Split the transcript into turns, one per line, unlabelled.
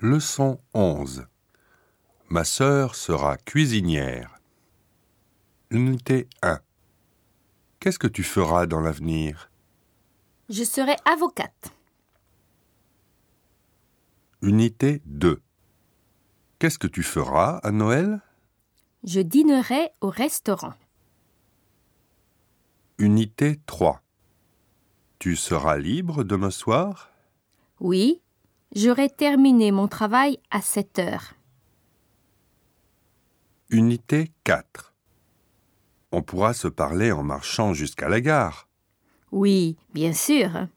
Leçon 11 Ma sœur sera cuisinière. Unité 1 Qu'est-ce que tu feras dans l'avenir
Je serai avocate.
Unité 2 Qu'est-ce que tu feras à Noël
Je dînerai au restaurant.
Unité 3 Tu seras libre demain soir
Oui, j'aurai terminé mon travail à 7 heures.
Unité 4 On pourra se parler en marchant jusqu'à la gare.
Oui, bien sûr.